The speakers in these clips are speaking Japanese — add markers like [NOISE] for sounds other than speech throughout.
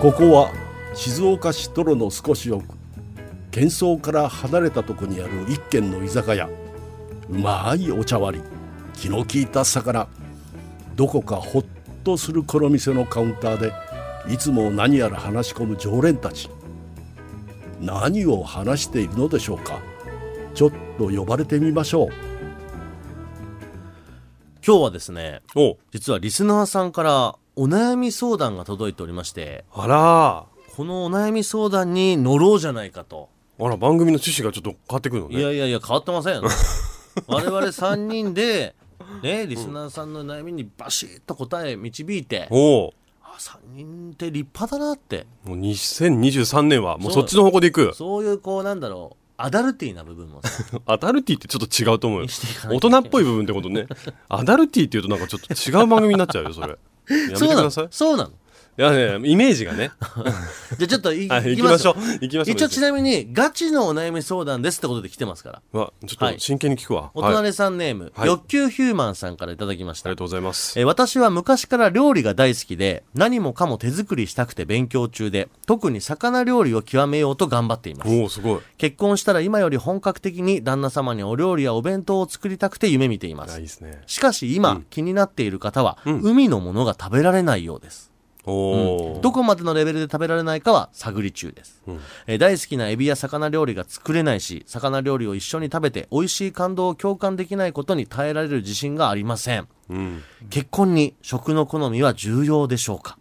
ここは静岡市泥の少し奥喧騒から離れたとこにある一軒の居酒屋うまいお茶割り気の利いた魚どこかほっとするこの店のカウンターでいつも何やら話し込む常連たち何を話しているのでしょうかちょっと呼ばれてみましょう今日はですね、お実はリスナーさんからお悩み相談が届いておりまして、あらこのお悩み相談に乗ろうじゃないかと。あら番組の趣旨がちょっと変わってくるのいねやいやいや、変わってません [LAUGHS] よ、ね。我々3人で、ね、リスナーさんの悩みにバシッと答え導いて、おおあ、3人って立派だなって、もう2023年はもうそうそっちの方向でいくそういうこう、なんだろう、アダルティーな部分もさアダルティってちょっと違うと思うよ見せていかな大いと人っぽい部分っ [LAUGHS] てことねアダルティっていうとなんかちょっと違う番組になっちゃうよそ [LAUGHS] れやめてそうくなだのさいいそうなの。やねイメージがね、じゃあちょっとい [LAUGHS] はいいき行きまますしよょう行きましょう一応ちなみに、ガチのお悩み相談ですってことで来てますから。わちょっと真剣に聞くわ、おはいあり隣さんネーム、はい欲求ヒューマンさんからいただきましたが。とうございますえー私は昔から料理が大好きで、何もかも手作りしたくて勉強中で、特に魚料理を極めようと頑張っています。おおすごい結婚したら今より本格的に旦那様にお料理やお弁当を作りたくて夢見ていまあいすい。ですねしかし今、気になっている方は、海のものが食べられないようです。おお、どこまでのレベルで食べられないかは探り中です、えー大好きなエビや魚料理が作れないし魚料理を一緒に食べて美味しい感動を共感できないことに耐えられる自信がありません、結婚に食の好みは重要でしょうか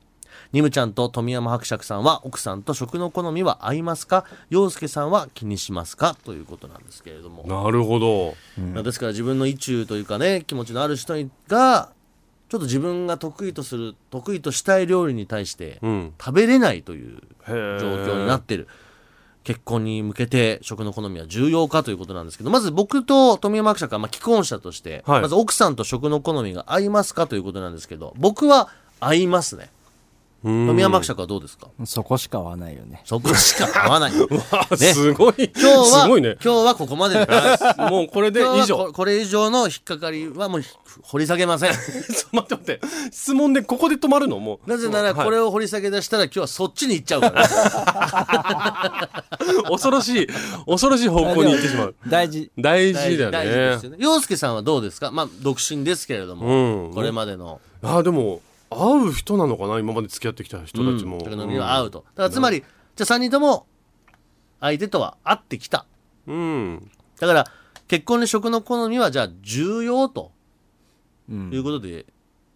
ニムちゃんと富山伯爵さんは奥さんと食の好みは合いますか洋介さんは気にしますかということなんですけれども、なるほどですから自分の意中というかね気持ちのある人がちょっと自分が得意とする得意としたい料理に対して、うん食べれないというへえ状況になってる。結婚に向けて食の好みは重要かということなんですけど、まず僕と富山伯爵は、まあ、既婚者として、はいまず奥さんと食の好みが合いますかということなんですけど、僕は合いますね。うん富山伯爵はどうですかそこしかはないよね。そこしか合 [LAUGHS] わない。今日あすごい今は、すごいね今日はここまででございます。もうこれで今日は以上ここれ以上の引っかかりはもうひ掘り下げま [LAUGHS] せん。ちょっ [LAUGHS] と待って待って質問でここで止まるのもうなぜならはいこれを掘り下げ出したら今日はそっちに行っちゃうから。恐ろしい恐ろしい方向に行ってしまう大事。 [LAUGHS] 大事だ大事でよすねよね。洋介さんはどうですかまあ、独身ですけれども、うんこれまでの。あでも会う人なのかな今まで付き合ってきた人たちも、だからう飲んみは合うと。だからつまり、じゃあ3人とも、相手とは会ってきた。うんだから、結婚に食の好みは、じゃあ重要と。いうことで、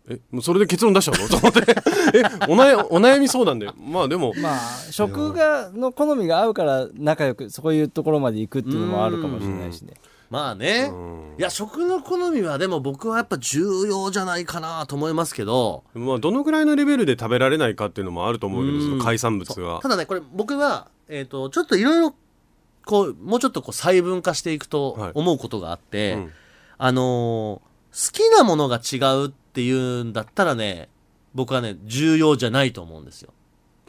えもうそれで結論出しちゃうのと思って [LAUGHS] えおなやお悩み相談でまあでもまあ、食が、の好みが合うから仲良く、そういうところまで行くっていうのもあるかもしれないしね。まあね。いや、食の好みはでも僕はやっぱ重要じゃないかなと思いますけど、まあどのぐらいのレベルで食べられないかっていうのもあると思うけどその海産物がただね、これ僕は、えっ、と、ちょっといろいろ、こう、もうちょっとこう細分化していくはとい思うことがあって、うんあのー好きなものが違うっていうんだったらね、僕はね、重要じゃないと思うんですよ。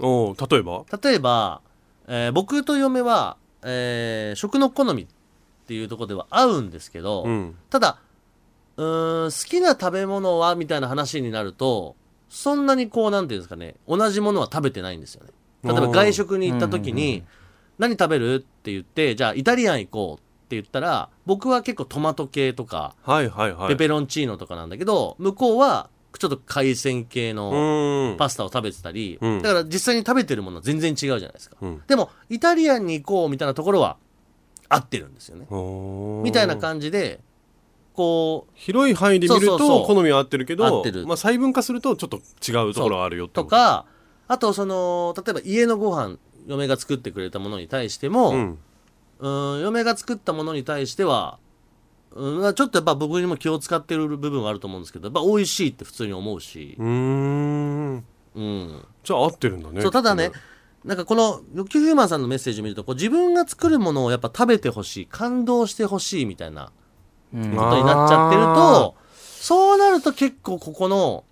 おう例えば例えば、えー僕と嫁は、えー食の好みっていうところでは合うんですけど、うんただうーん好きな食べ物はみたいな話になるとそんなにこうなんていうんですかね同じものは食べてないんですよね例えばおー外食に行った時に、何食べるって言ってじゃあイタリアン行こうって言ったら僕は結構トマト系とかはいはいはいペペロンチーノとかなんだけど、向こうはちょっと海鮮系の、うんパスタを食べてたり、うんだから実際に食べてるものは全然違うじゃないですか、うんでもイタリアンに行こうみたいなところは合ってるんですよね、おうみたいな感じでこ広い範囲で見るそうそうそとう好みは合ってるけど合ってるまあ、細分化するとちょっと違うところはあるよっうてことかあとその例えば家のご飯嫁が作ってくれたものに対しても、う、うんん、嫁が作ったものに対してはうん、ちょっとやっぱ僕にも気を使ってる部分はあると思うんですけどやっぱ美味しいって普通に思うしう、ーんうん、じゃあ合ってるんだねそうただねなんかこの欲求ヒューマンさんのメッセージ見るとこう自分が作るものをやっぱ食べてほしい感動してほしいみたいなうんことになっちゃってるとそうなると結構ここの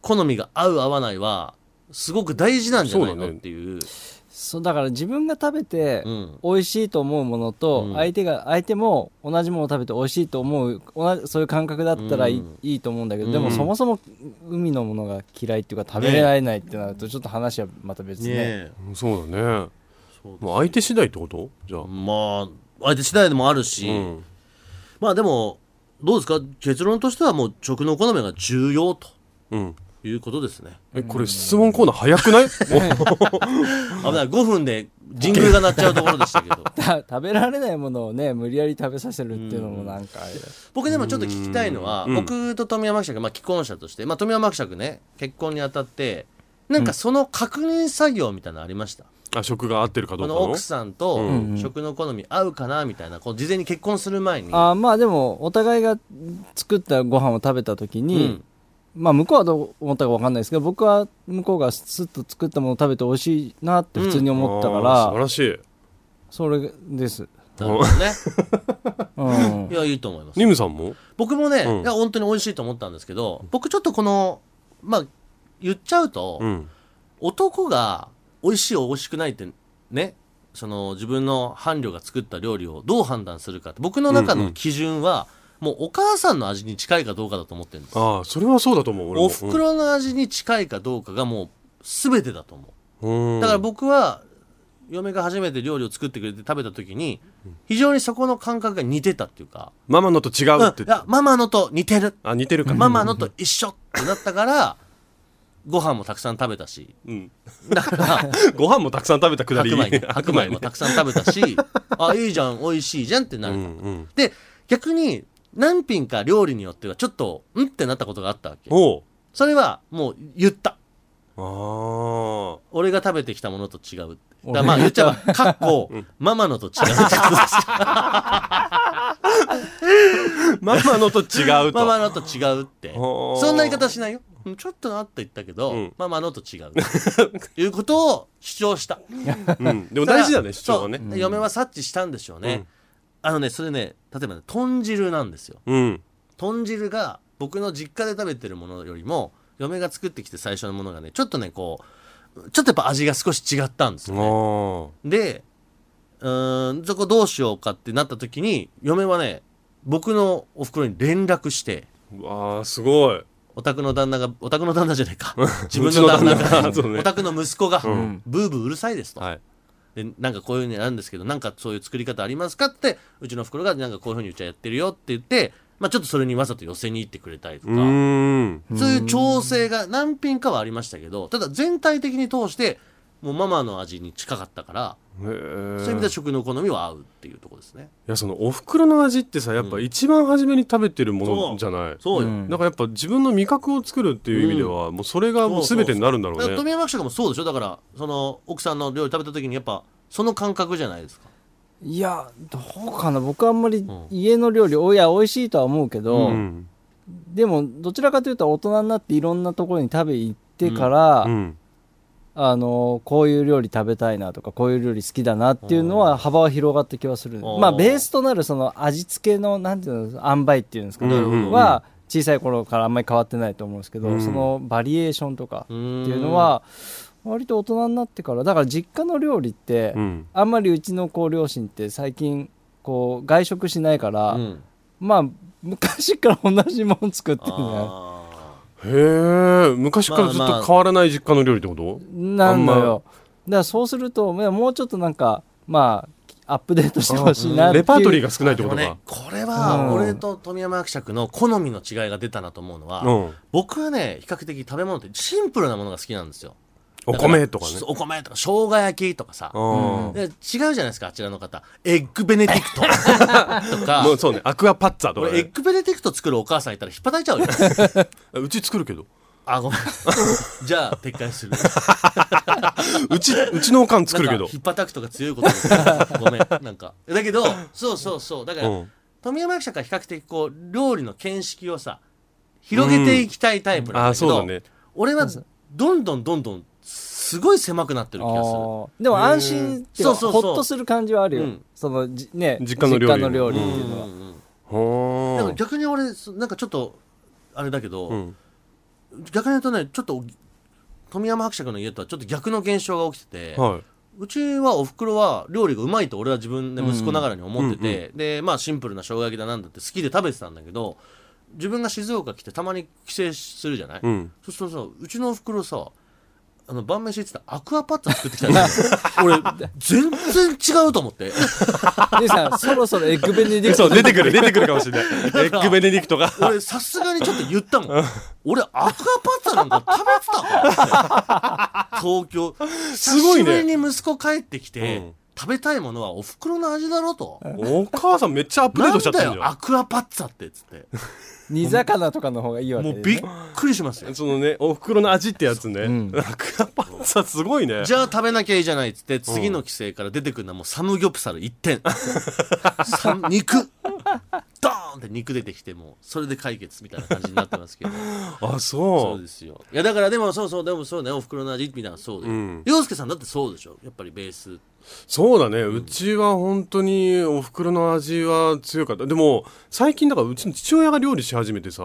好みが合う合わないはすごく大事なんじゃないそうのだっねていうそうだから自分が食べてうん美味しいと思うものと、うん相手が相手も同じものを食べて美味しいと思う同じそういう感覚だったらいい,、うんいいと思うんだけど、うんでもそもそも海のものが嫌いっていうか食べられないってなるとちょっと話はまた別ねねえうんそうだねもう相手次第ってことじゃあ、まあ相手次第でもあるし、うんまあでもどうですか結論としてはもう食の好みが重要とうん、いうことですねえこれ質問コーナー早くない危ない5分で人空が鳴っちゃうところでしたけ [LAUGHS] どた [LAUGHS] 食べられないものをね無理やり食べさせるっていうのもなんかあれだ僕でもちょっと聞きたいのは、うん僕と富山伯爵、まあ、既婚者として、まあ、富山伯爵ね結婚にあたってなんかその確認作業みたいなのありました、あ食が合ってるかどこうかのの奥さんとうん食の好み合うかなみたいなこう事前に結婚する前にあーまあでもお互いが作ったご飯を食べた時うに、んまあ向こうはどう思ったか分かんないですけど僕は向こうがスッと作ったものを食べて美味しいなって普通に思ったかあら、ー素晴らしそれです、なるほどね [LAUGHS] うんい、やいいと思いますいニムさんも僕もね、うんいや本当に美味しいと思ったんですけど僕ちょっとこのまあ言っちゃうと、うん男が美味しい美味しくないってねその自分の伴侶が作った料理をどう判断するかって僕の中の基準は、もうお母さんの味に近いかどうかだと思ってるんですああそれはそうだと思う俺もおふくろの味に近いかどうかがもう全てだと思ううんだから僕は嫁が初めて料理を作ってくれて食べた時に非常にそこの感覚が似てたっていうか、ママのと違うん、うっいてやママのと似てるあ似てるかママのと一緒ってなったからご飯もたくさん食べたしうんだからご飯もたくさん食べたくだり白米 [LAUGHS] ね白米もたくさん食べたしあいいじゃん美味しいじゃんってなうる、んうんで逆に何品か料理によってはちょっとんってなったことがあったわけおうそれはもう言った [LAUGHS] あ俺が食べてきたものと違うってだからまあ言っ [LAUGHS] ちゃえばかっこママのと違うってことですあママのと違うとママのと違うってほうそんな言い方しないようんちょっとなって言ったけど、うんママのと違ういうことを主張したうんでも大事だね主た張はねそう嫁は察知したんでしょうね、うんあのねそれね例えばね豚汁なんですようん豚汁が僕の実家で食べてるものよりも嫁が作ってきて最初のものがねちょっとねこうちょっとやっぱ味が少し違ったんですよねあでうーんそこどうしようかってなった時に嫁はね僕のおふくろに連絡してあすごいお宅の旦那がお宅の旦那じゃない [LAUGHS] か自分うちのの旦旦那那がそうねお宅の息子が、んブーブーうるさいですと、はいでなんかこういうふうにあるんですけどなんかそういう作り方ありますかってうちの袋がなんかこういうふうにうちはやってるよって言って、まあ、ちょっとそれにわざと寄せに行ってくれたりとうかーんそういう調整が何品かはありましたけどただ全体的に通してもうママの味に近かったからへーそういう意味では食の好みは合うっていうところですね。いやそのお袋の味ってさやっぱ一番初めに食べてるものじゃないそうよ、うんだからやっぱ自分の味覚を作るっていう意味では、もうそれがもう全てになるんだろだからうね富山伯爵もそうでしょだからその奥さんの料理食べた時にやっぱその感覚じゃないですかいやどうかな僕はあんまりん家の料理、おいや美味しいとは思うけど、うんでもどちらかというと大人になっていろんなところに食べ行ってから、うんあのこういう料理食べたいなとかこういう料理好きだなっていうのは幅は広がった気はするおーまあベースとなるその味付けのなんていうの塩梅っていうんですかね、うんうんうんは小さい頃からあんまり変わってないと思うんですけど、うんそのバリエーションとかってっていうのは割と大人になってからだから実家の料理ってうんあんまりうちのこう両親って最近こう外食しないから、うん、まあ昔から同じもの [LAUGHS] 作ってるんじゃないあへえ昔からずっと変わらない実家の料理ってこと、なんだあんまよ。だからそうすると、まあもうちょっとなんか、まあ、アップデートしてほしいなっていう。レパートリーが少ないーってでこもとか、ねこれはうん俺と富山伯爵の好みの違いが出たなと思うのは、うん、僕はね比較的食べ物ってシンプルなものが好きなんですよお米とかねだらお米とか生姜焼きとかさあで違うじゃないですかあちらの方エッグベネディク [LAUGHS] トとあかもうそうねアクアパッツァとか、俺エッ、ねグベネディクト作るお母さんいたら引っ叩いちゃうよ [LAUGHS] うち作るけどあ、ごめん。じゃあ、撤回 [LAUGHS] する。うちうちのおかん作るけなんどかひっぱたくとか強いことだけどごめん。なんか。だけど、そうそうそう。だから、うん富山役者が比較的こう、料理の見識をさ、広げていきたいタイプなんあだあけど、そうだね俺は、どんどんどんどん、すごい狭くなってる気がする。あーでも安心っていうかそうそうそうほっとする感じはあるよ。うんそのじね、実家の料理実家の料理ってういうのは。んうんうんほでもー逆に俺、そなんかちょっと、あれだけど、うん逆に言うとね、ちょっと、富山伯爵の家とはちょっと逆の現象が起きてて、はいうちはお袋は料理がうまいと俺は自分で息子ながらに思ってて、でまあシンプルな生姜焼きだなんだって好きで食べてたんだけど自分が静岡来てたまに帰省するじゃない、うんそうするとさうちのお袋さあの晩飯って言ってたアクアパッツァ作ってきたん [LAUGHS] だよ俺全然違うと思ってでさん、そろそろエッグベネディクそトう、出てくる、出てくるかもしれない。 [LAUGHS] エッグベネディクトが。俺さすがにちょっと言ったもん俺アクアパッツァなんか食べてたかって東京す久ごいねしぶりに息子帰ってきて、うん食べたいものはお袋の味だろと、 [LAUGHS] お母さんめっちゃアップデーなトんしちゃってだるじよゃアクアパッツァってっつって煮魚とかの方がいいわけもで、ね、うびっくりしますよん。そのね、お袋の味ってやつね。 [LAUGHS] んアクアパッツァすごいね。 [LAUGHS] じゃあ食べなきゃいいじゃないっつって次の規制から出てくるのはもうサムギョプサル1点 [LAUGHS] サム肉ドーンって肉出てきてもうそれで解決みたいな感じになってますけ [LAUGHS] どそあ、そうう。ですよいやだからでもそうそうでもそうねお袋の味みたいなのそうで、うん洋介さんだってそうでしょやっぱりベースそうだね。うちは本当にお袋の味は強かった。でも、最近だからうちの父親が料理し始めてさ。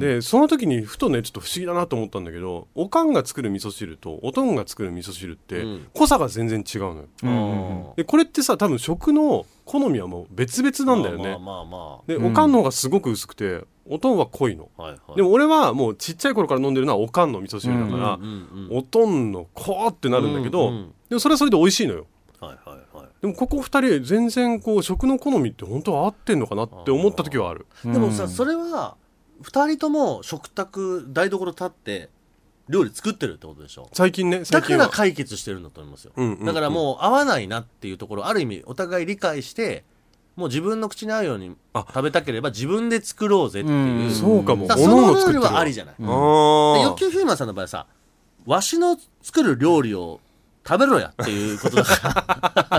で、その時にふとね、ちょっと不思議だなと思ったんだけど、おかんが作る味噌汁と、おとんが作る味噌汁ってうん、濃さが全然違うのよ。うんで、これってさ、多分食の好みはもう別々なんだよね。まあまあまで、んおかんの方がすごく薄くて、おとんは濃いの。あ、はいはい、でも俺はもうちっちゃい頃から飲んでるのはおかんの味噌汁だうんから、うんうんおとんのこーってなるんだけど、うんうんでもそれはそれで美味しいのよ。はいはいはいでもここ二人全然こう食の好みって本当は合ってんのかなって思った時はある。うんでもさそれは2人とも食卓台所立って料理作ってるってことでしょ最近ね、だ最か近らは。解決してるんだと思いますよ、うんうんうんだからもう合わないなっていうところある意味お互い理解してもう自分の口に合うようにあ食べたければ自分で作ろうぜっていう、うんそうかも。だおからそのおののルー作ってルるはわありじゃない、あでー欲求フィーマンさんの場合はさわしの作る料理を食べろやっていうことだ [LAUGHS] から [LAUGHS]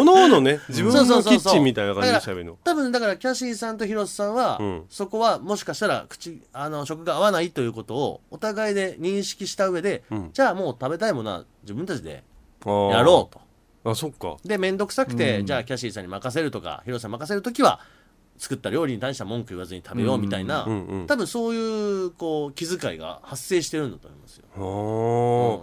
おのおのね、自分そうそのうそキうッそうチンみたいな感じで喋るの。多分だからキャシーさんとヒロスさんは、うんそこはもしかしたら口あの食が合わないということをお互いで認識した上で、うんじゃあもう食べたいものは自分たちでややろうとう。あ、そっか。で面倒くさくて、うんじゃあキャシーさんに任せるとかヒロスさんに任せるときは作った料理に対しては文句言わずに食べようみたいな、うんうん。あ多分そういうこう気遣いが発生してるんだと思いますよ。あー。うんうん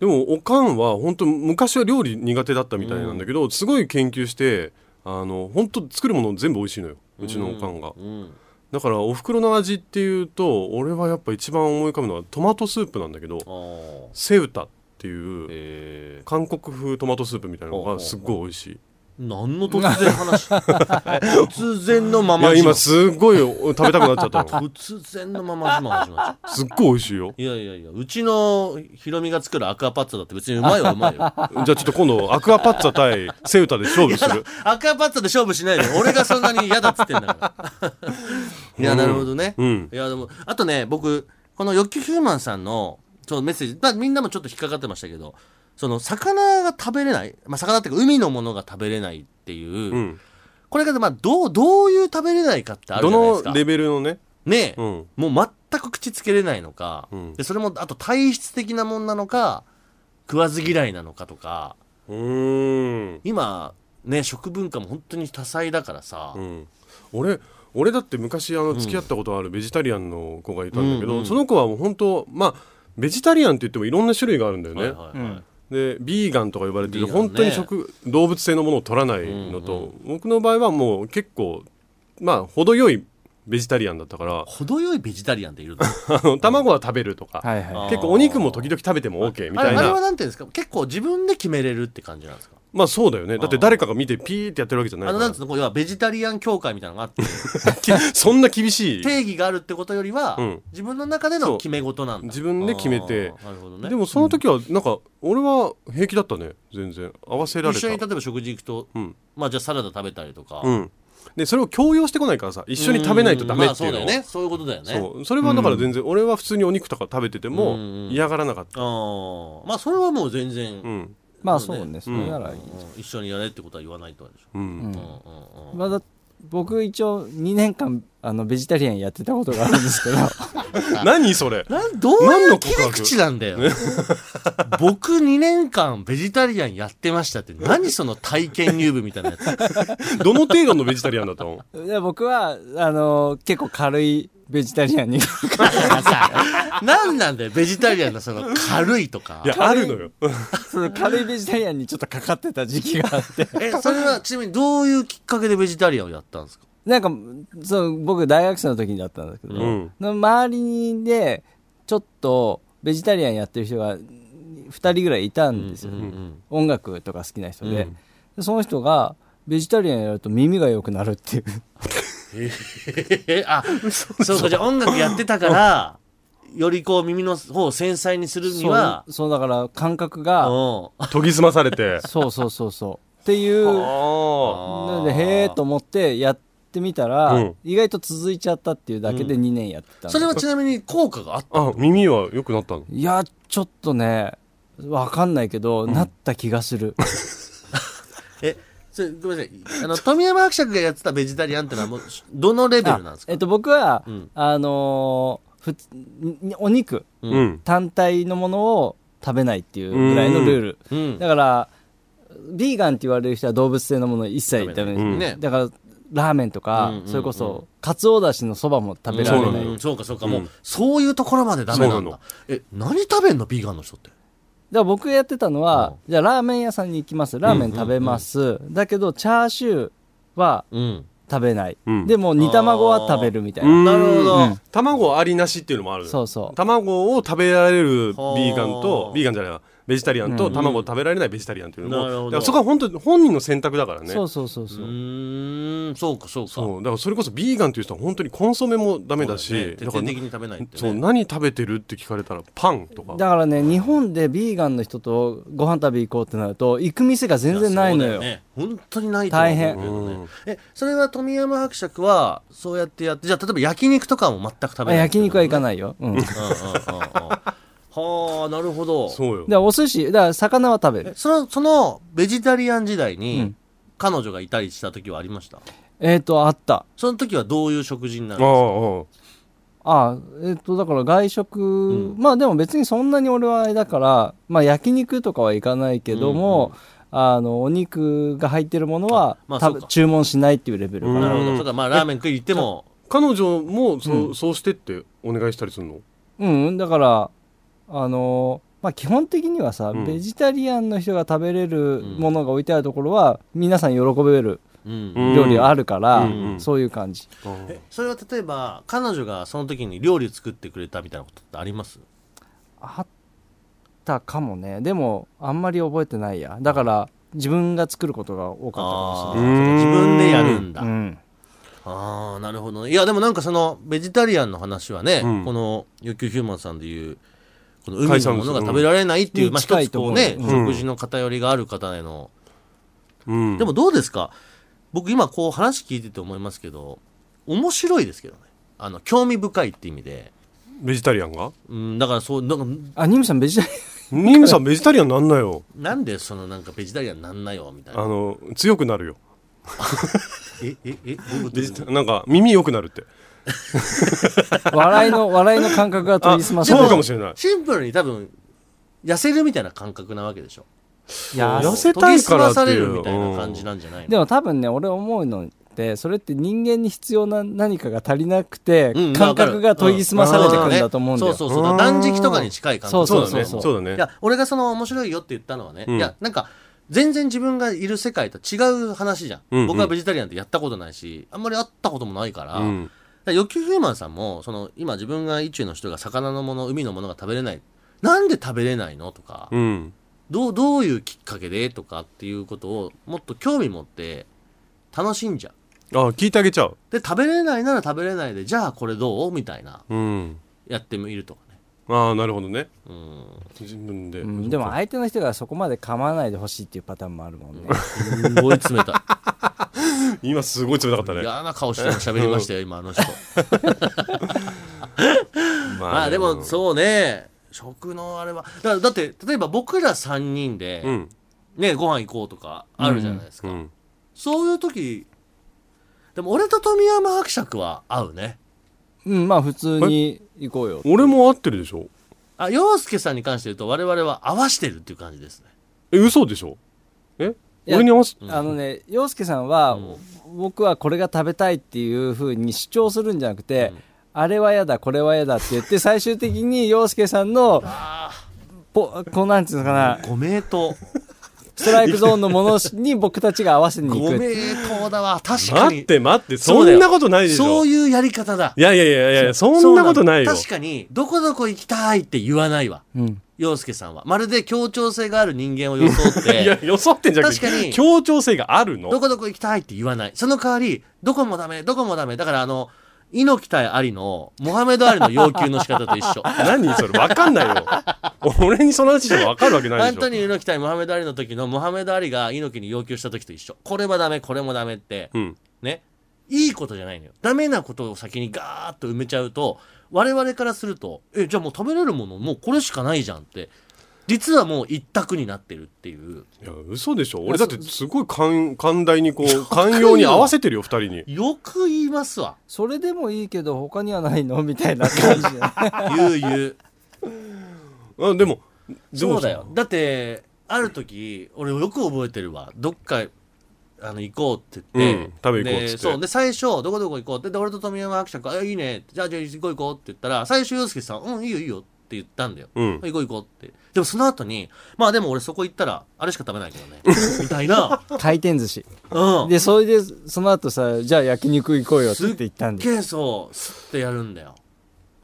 でもおかんは本当昔は料理苦手だったみたいなんだけど、すごい研究してあの本当作るもの全部美味しいのようちのおかんが、うんだからお袋の味っていうと俺はやっぱ一番思い浮かぶのはトマトスープなんだけどあーセウタっていうえ韓国風トマトスープみたいなのがすっごい美味しいー、何の突然 [LAUGHS] 話突然のまいまや自慢今すっごい食べたくなっちゃった [LAUGHS] の突然のまま始まっちゃうすっごい美味しいよいやいやいやうちのヒロミが作るアクアパッツァだって別にうまいはうまいよじゃあちょっと今度アクアパッツァ対セウタで勝負するアクアパッツァで勝負しないで俺がそんなに嫌だっつってんだから [LAUGHS] いやなるほどね、うんいやでもあとね僕この「欲求ヒューマン」さんのそのメッセージ、まあ、みんなもちょっと引っかかってましたけどその魚が食べれない、まあ、魚っていうか海のものが食べれないっていう、うんこれがまあどうどういう食べれないかってあるどじゃないですのかレベルのねねえ、うんもう全く口つけれないのか、うんでそれもあと体質的なもんなのか食わず嫌いなのかとかうーん今ね食文化も本当に多彩だからさ、うん、俺俺だって昔あの付き合ったことあるベジタリアンの子がいたんだけど、うんうんその子はもう本当まあベジタリアンって言ってもいろんな種類があるんだよね、はいはいはいでビーガンとか呼ばれてビる、ーガンね本当に食動物性のものを取らないのと、僕の場合はもう結構まあ程よいベジタリアンだっ [LAUGHS] たから程よいベジタリアンでいるのあの卵は食べるとか、はいはいあ結構お肉も時々食べても OK [LAUGHS] みあたれいあれはななんていうんですか結構自分で決めれるって感じなんですかまあそうだよねだって誰かが見てピーってやってるわけじゃないあかのらなんつうのこう要はベジタリアン協会みたいなのがあって [LAUGHS] そんな厳しい定義があるってことよりは、うん自分の中でそのう決め事なんだ自分で決めてあーなるほどねでもその時はなんか俺は平気だったね全然合わせられた一緒に例えば食事行くと、うんまあじゃあサラダ食べたりとか、うん、でそれを強要してこないからさ一緒に食べないとダメっていうんまあそのうだよねそういうことだよねそうそれはだから全然、俺は普通にお肉とか食べててうもん嫌がらなかった、ああまあそれはもう全然、うんまあそうね、それならいい。うん一緒にやれってことは言わないとはでしょ、うんうんうんうんうんまあだ僕一応2年間あのベジタリアンやってたことがあるんですけど [LAUGHS] 何それなんどう何いうの切告り白口なんだよ [LAUGHS] 僕2年間ベジタリアンやってましたって何その体験入部みたいなやつ [LAUGHS] どの程度のベジタリアンだったのいや僕はあの結構軽いベジタリアンになんなんだよ、ベジタリアンのその軽いとかい。やあるのよその軽いベジタリアンにちょっとかかってた時期があってえ、それはちなみにどういうきっかけでベジタリアンをやったんですか [LAUGHS] なんかそう僕大学生の時にだったんですけど、うんの周りでちょっとベジタリアンやってる人が2人ぐらいいたんですよ、うん音楽とか好きな人で,、でその人がベジタリアンやると耳が良くなるっていうえ、あ、そうか、じゃあ音楽やってたから、よりこう耳の方を繊細にするには、そうそうだから感覚がう研ぎ澄まさ [LAUGHS] れてそうそうそうそうっていうああなんでへえと思ってやってみたら、うん意外と続いちゃったっていうだけで2年やってたんでん。それはちなみに効果があったあ耳は良くなったのいやちょっとねわかんないけど、なった気がするえ、それごめんなさい。あの、富山伯爵がやってたベジタリアンってのはもう、どのレベルなんですかえっと僕は、うんあのーふつにお肉う。うんん単体のものを食べないっていうぐらいのルールうん。だからビーガンって言われる人は動物性のもの一切食べない、うんねだからラーメンとか、うんうんうんそれこそかつおだしのそばも食べられそうな、ないのうんそうかそうか、うんもうそういうところまでダメなそうんなだのえ何食べんのビーガンの人ってだから僕やってたのは、じゃあラーメン屋さんに行きます。ラーメン食べます。だけど、チャーシューはうん食べない。うんでも、煮卵は食べるみたいな。なるほど、うん卵ありなしっていうのもあるそうそう卵を食べられるビーガンはとあビーガンじゃないわベジタリアンうとん卵を食べられないベジタリアンっていうのも、なるほどだからそこは本当に本人の選択だからねそうそうそうそうう。ーんそうかそうかそうだからそれこそビーガンっていう人は本当にコンソメもダメだしそうよね徹だか底ら的に食べないって、ね、そう何食べてるって聞かれたらパンとかだからね、日本でビーガンの人とご飯食べ行こうってなると、行く店が全然ないのやそよ。うだね、本当にないと思うけどね大変うんえそれは富山伯爵はそうやってやってじゃあ例えば焼肉とかも全く食べあない焼肉は行かいないよ。うん。 [LAUGHS] だかうんうんうんうんはあなるほどそうよらお寿司、だから魚は食べえる。そのそのベジタリアン時代うにん彼女がいたりした時はありましたえっ、と、あった。その時はどういう食事になるああああああえっ、と、だから外食、まあでも別にそんなに俺はあれだから、まあ焼肉とかは行かないけども、あの、お肉が入ってるものは、まあたそうか注文しないっていうレベルかうんなな。るほど。そうか、まあ、ラーメン食いに行っても、彼女もそう,、そうしてってお願いしたりするのうん、だから、あの、まあ基本的にはさ、うんベジタリアンの人が食べれるものが置いてあるところは、皆さん喜べるうんうん料理あるから、うんうんそういう感じ。あえそれは例えば、彼女がその時に料理作ってくれたみたいなことってありますあったかもね。でも、あんまり覚えてないや。だから、自分が作ることが多かったかもしれないああ、うーん自分でやるんだ。うん、ああ、なるほどね。いや、でもなんかその、ベジタリアンの話はね、うんこの、欲求ヒューマンさんでいう、この海のものが食べられないっていう、うんまあ近一いつとこ思ううね、うん食事の偏りがある方への、うんでもどうですか僕今こう話聞いてて思いますけど、面白いですけどね。あの、興味深いって意味で。ベジタリアンがうん、だからそう、なんかあニムさんベジタリニムさんベジタリアンなんなよなんでそのなんかベジタリアンなんなよみたいあな。の強くなるよえ、え、え、どういうことベジタなんか耳良くなるってアン笑いの笑いの感覚が研ぎ澄まさそうかもししれないシンプルに多分、痩せるみたいな感覚なわけでしょ。いや痩せたいから研ぎ澄まってされいうるみたいな感じなんじゃないのでも多分ね俺思うのってそれって人間に必要な何かが足りなくて、うん感覚が研ぎ澄まされてくるんだと思うんだよ、そうそうそうう。ん断食とかに近い感覚。そうだねそうだねいや、俺がその面白いよって言ったのはね、うんいや、なんか、全然自分がいる世界と違う話じゃん。うんうん僕はベジタリアンってやったことないし、あんまり会ったこともないから、うんだから欲求ヒューマンさんもその今自分が一中の人が魚のもの海のものが食べれないなんで食べれないのとか、うんどうどういうきっかけでとかっていうことをもっと興味持って楽しんじゃうあ聞いてあげちゃうで食べれないなら食べれないでじゃあこれどうみたいなうんやってみるとかねああなるほどねうん自分で、うんでも相手の人がそこまで構わないでほしいっていうパターンもあるもんね、すごい冷 [LAUGHS] た今すごい冷たかったいね嫌な顔して喋りましたよ今あ [LAUGHS] の人まあでもそうね食のあれはだからだって例えば僕ら3人で、うんねご飯行こうとかあるじゃないですうか、んそういう時でも俺と富山伯爵は合うねうん、まあ普通に行こうよ俺も合ってるでしょあ洋介さんに関して言うと我々は合わしてるっていう感じですねえ嘘でしょえいや俺に合わせあのね洋介さんは、ん僕はこれが食べたいっていうふうに主張するんじゃなくて、あれはやだこれはやだって言って最終的に洋介さんのぽこうなんていうのかなご名答。ストライクゾーンのものに僕たちが合わせに行ごく名答だわ。確かに。待って待ってそそうんだよなことないでしそょういいうやり方だ。やいやいやいやそんなことないよそうの確かに、どこどこ行きたいって言わないわ。うん洋介さんは。まるで協調性がある人間を装っ [LAUGHS] いやて、よそってんじゃなく確かてに協調性があるのどこどこ行きたいって言わない。その代わり、どこもダメ、どこもダメ。だからあの、猪木対アリの、モハメドアリの要求の仕方と一緒。何それわかんな [LAUGHS] いよ俺にその話してもわかるわけない本で当しょに猪木対モハメド・アリの時のモハメド・アリが猪木に要求した時と一緒これはダメこれもダメって、うんねいいことじゃないのよダメなことを先にガーッと埋めちゃうと我々からするとえじゃあもう食べれるものもうこれしかないじゃんって実はもう一択になってるっていういや嘘でしょ俺だってすごい寛寛大にこう寛容に合わせてるよ二人によく言いますわそれでもいいけど他にはないのみたいな感じ [LAUGHS] 言うで言うあでもでもそうだよだってある時俺よく覚えてるわどっかあの行こうって言って、うん食べ行こうっつってでそうで最初どこどこ行こうってで俺と富山伯爵が「あいいね」じゃあじゃあ行こう行こう」って言ったら最初洋介さん「うんいいよいいよ」って言ったんだよ、うん行こう行こうってでもその後にまあでも俺そこ行ったらあれしか食べないけど [LAUGHS] ねみたいな回転寿司うん [LAUGHS] でそれでその後さじゃあ焼肉行こうよってす言っって行ったんでげえそうすってやるんだよ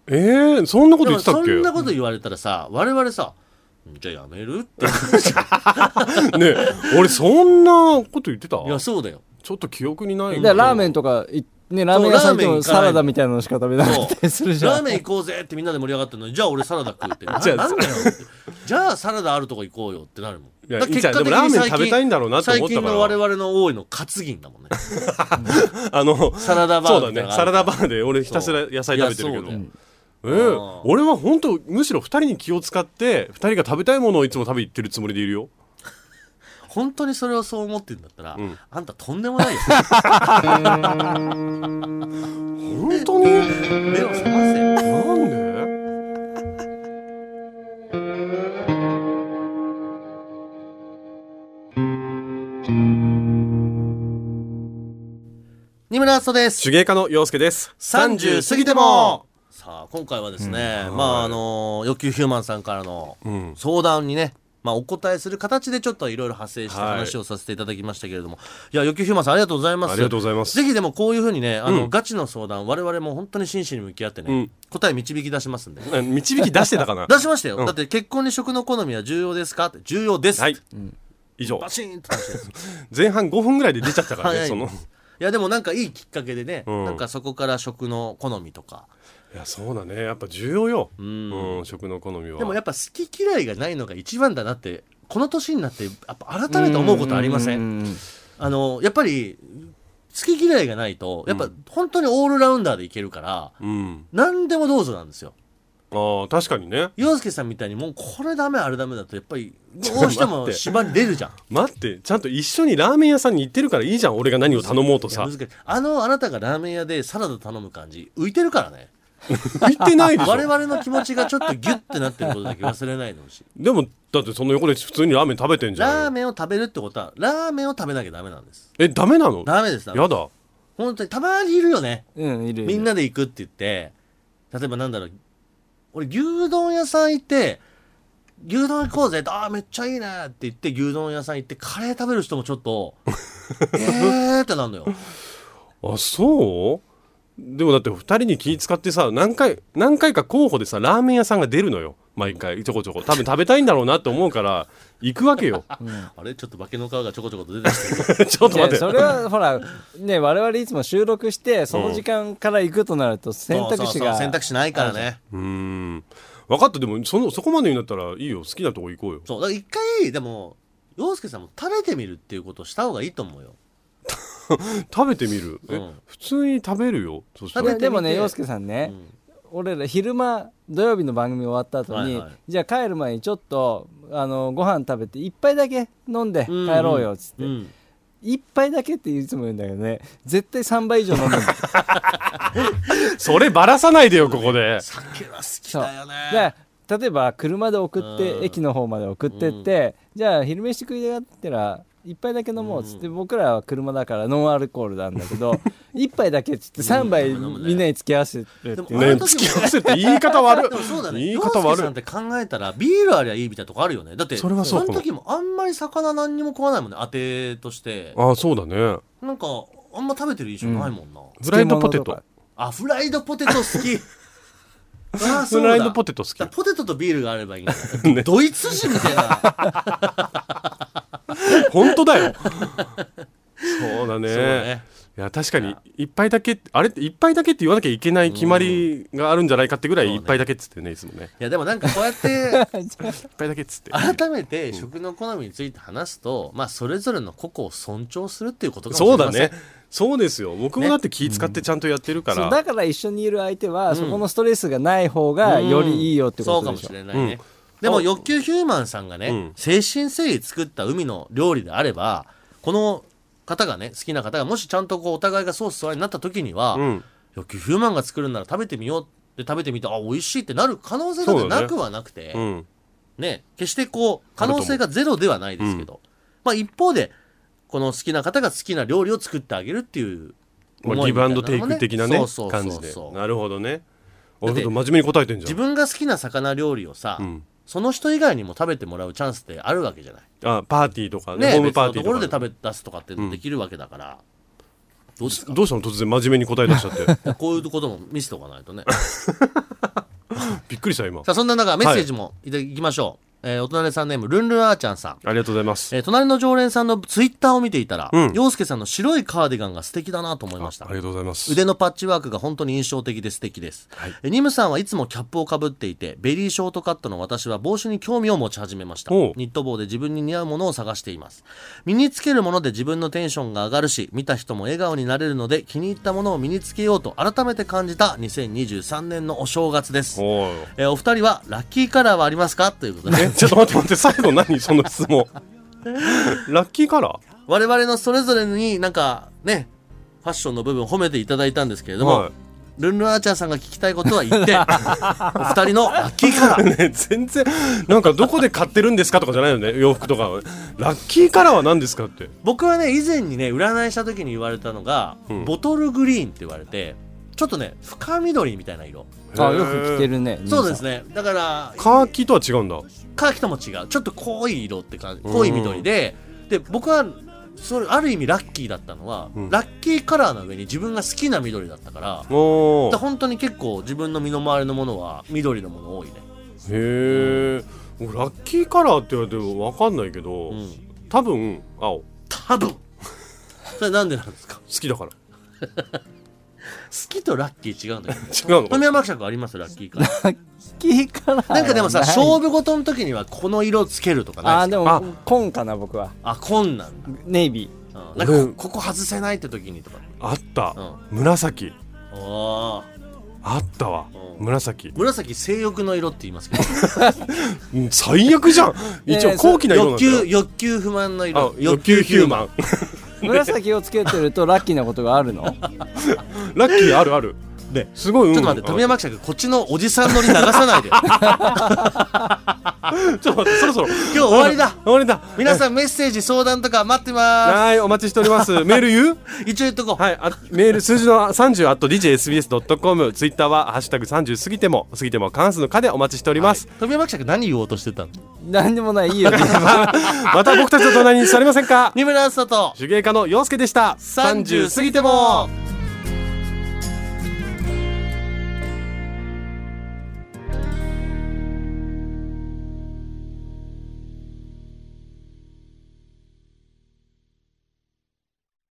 えー、そんなことで言もってたそっけんなこと言われたらさ我々さ「じゃあやめる?」ってねえ俺そんなこと言ってたいやそうだよちょっと記憶にないだからラーメンとかいねラーメン屋さん行ってもサラダみたいなのしか食べなかったりするじゃラーんメン行こうぜってみんなで盛り上がってるのにじゃあ俺サラダ食うって [LAUGHS] なじゃあなんだよってじゃあサラダあるとこ行こうよってなるもんいやだからいいじゃんでもラーメン食べたいんだろうなって思ったから最近の我々の多いの活銀だもんねあのサラダバそーうだみたいねなのがあサるラからダバーで俺ひたすら野菜食べてるけどいやそうだよえー俺は本当むしろ二人に気を使って二人が食べたいものをいつも食べに行ってるつもりでいるよ本当にそれをそう思ってるんだったら、んあんたとんでもないよ本当に目を覚ませよなんで二村敦です手芸家の洋介です30過ぎてもさあ今回はですね、まああの欲求ヒューマンさんからのん相談にね、まあ、お答えする形でちょっといろいろ派生してはい話をさせていただきましたけれども、い、や欲求ヒューマンさんありがとうございますありがとうございますぜひでもこういうふうにねあの、うんガチの相談我々も本当に真摯に向き合ってね、うん答え導き出しますんであ導き出してたかな出しましたよ、うんだって結婚に食の好みは重要ですかって重要です、はい、以上バシーンと出して前半5分ぐらいで出ちゃったから早ねいそのいやでもなんかいいきっかけでね、うんなんかそこから食の好みとかいやそうだねやっぱ重要ようんん食の好みはでもやっぱ好き嫌いがないのが一番だなってこの年になってやっぱ改めて思うことありませんうんあのやっぱり好き嫌いがないとやっぱ本当にオールラウンダーでいけるから、うん何でもどうぞなんですよあー確かにね洋介さんみたいにもうこれダメあれダメだとやっぱりどうしても縛り出るじゃん待ってちゃんと一緒にラーメン屋さんに行ってるからいいじゃん俺が何を頼もうといや [LAUGHS] さ難しいあのあなたがラーメン屋でサラダ頼む感じ浮いてるからね行ってないでし我ょ々の気持ちがちょっとギュッてなってることだけ忘れないでほ [LAUGHS] しいでもだってその横で普通にラーメン食べてんじラゃーんメンを食べるってことはラーメンを食べなきゃダメなんですえダメなのダメですダメやだ本当にたまにいるよねうんいるいるみんなで行くって言って例えばなんだろう俺牛丼屋さん行って牛丼行こうぜああめっちゃいいねって言って牛丼屋さん行ってカレー食べる人もちょっと [LAUGHS] えーってなるのよあそうでもだって2人に気使ってさ何回何回か候補でさラーメン屋さんが出るのよ毎回ちょこちょこ多分食べたいんだろうなって思うから行くわけよ [LAUGHS] あれちょっと化けの皮がちょこちょこと出てきてるちょっと待っでてそれはほらね我々いつも収録してその時間から行くとなると選択肢そうそうそうが選択肢ないからねうーん分かったでもそのそこまでになったらいいよ好きなとこ行こうよそうだから一回でも洋介さんも食べてみるっていうことをした方がいいと思うよ食べてみるえ、うん普通に食べるよそした食べらでてでもみねて洋介さんね、俺ら昼間土曜日の番組終わった後に、はいはいじゃあ帰る前にちょっとあのご飯食べて一杯だけ飲んで帰ろうよっつって、うん一杯だけっていつも言うんだけどね絶対3杯以上飲むん [LAUGHS] だそればらさないでよここで酒は好きそうだよねだから例えば車で送って、うん駅の方まで送ってって、じゃあ昼 [LAUGHS] 飯食いやがってたら一杯だけ飲もうっつって、僕らは車だからノンアルコールなんだけど一杯だけっつって三杯うん飲むねみんなに付き合わせるっていうでもね、付き合わせって言い方悪いでもそうだね。言い洋方介悪さんいって考えたら、ビールありゃいいみたいなとこあるよね。だって、それはそうかもの時もあんまり魚何にも食わないもんね、当てとして。ああそうだねなんか、あんま食べてる印象ないもんな。フライドポテト漬物とかあ、フライドポテト好 [LAUGHS] き。ああ、そフうだ。ライドポテト好きだからポテトとビールがあればいいんだ。 [LAUGHS] ドイツ人みたいな。本当だよそうだねそうねいや確かに一杯だけあれって一杯だけって言わなきゃいけない決まりがあるんじゃないかってぐらい一杯だけっつってねいつもねいや、でもなんかこうやって、一杯だけっつって改めて食の好みについて話すと、まあ、それぞれの個々を尊重するっていうことかもしそれうだませんね。そうですよ僕もだって気使ってちゃんとやってるかそうら、だから一緒にいる相手は、そこのストレスがない方がよりいいよってそこうかとでもしょ、しれないね、でも欲求ヒューマンさんがね、ん精神誠意作った海の料理であればこの方がね好きな方がもしちゃんとこうお互いがソースそわになった時には、ん欲求ヒューマンが作るなら食べてみようって食べてみてあ美味しいってなる可能性だっそてうだねなくはなくて、うん、ね、決してこう可能性がゼロではないですけど、まあ一方でこの好きな方が好きな料理を作ってあげるっていうま思あ、いギみたいブなのアンドもテイク的なねそうそうそう感そうじでなるほどねだ俺ってちょっと真面目に答えてんじゃん自分が好きな魚料理をさ、んその人以外にも食べてもらうチャンスってあるわけじゃない、あパーティーとかねね、ホームパーティー別のところでとか食べ出すとかってできるわけだから、どうですかどうしたの突然真面目に答え出しちゃ [LAUGHS] ってこういうことも見せておかないと [LAUGHS] ねびっくりした今さあそんな中メッセージもいただきましょう、えーお隣さんネームルンルンあーちゃんさんありがとうございますえー隣の常連さんのツイッターを見ていたら、うん洋介さんの白いカーディガンが素敵だなと思いましたありがとうございます腕のパッチワークが本当に印象的で素敵です、えニムさんはいつもキャップをかぶっていてベリーショートカットの私は帽子に興味を持ち始めましたおうニット帽で自分に似合うものを探しています身につけるもので自分のテンションが上がるし見た人も笑顔になれるので気に入ったものを身につけようと改めて感じた2023年のお正月ですおーえお二人はラッキーカラーはありますかということでえち [LAUGHS] ょっと待って待って最後何その質問 [LAUGHS] ラッキーカラー我々のそれぞれになんかねファッションの部分褒めていただいたんですけれども、はルンルンアーチャーさんが聞きたいことは言って [LAUGHS] お二人のラッキーカラーね全然なんかどこで買ってるんですかとかじゃないよね洋服とかはラッキーカラーは何ですかって僕はね以前にね占いした時に言われたのが、んボトルグリーンって言われてちょっとね深緑みたいな色、あよく着てるねそうですねねだからカーキとは違うんだカーキとも違うちょっと濃い色って感じ濃い緑で、で僕はそれある意味ラッキーだったのは、んラッキーカラーの上に自分が好きな緑だったから、おー本当に結構自分の身の回りのものは緑のもの多いね、へえ俺ラッキーカラーって言われても分かんないけど、うん、多分青好多 [LAUGHS] 分それなんでなんですか好きだからきとラッキー違うんだけど違うのか富な山伯爵ありますラッキーカラー着からなんかでもさない勝負事の時にはこの色つけるとかあないーですかであも紺かな僕はあこんなんだ、ネイビうん、なんか俺こここ外せないって時にとかあった、う紫ああったわ、うん紫、紫性欲の色って言いますけどうん最悪じゃんえ一応高貴な色なん欲だよ、求欲求不満のあ色欲求ヒューマンー紫をつけてるとラッキーなことがあるの [LAUGHS] ラッキーあるあるねすごい、うん、ちょっと待って富山伯爵こっちのおじさん乗り流さないで今あちょっと待ってそろそろ日終わりだ終わ [LAUGHS] りだ皆さんメッセージ相談とか待ってまはいお待ちしておりますメール言うす一応言っとこうはい、あメール数字の30 at djsbs.com ツイッターは「ハッシュタグ #30 過ぎても過ぎても関数の課」でお待ちしております、富山伯爵何言おうとしてたの何でもないいいよまた僕たちの隣に座りませんか二村敦人と手芸家の洋介でした30過ぎても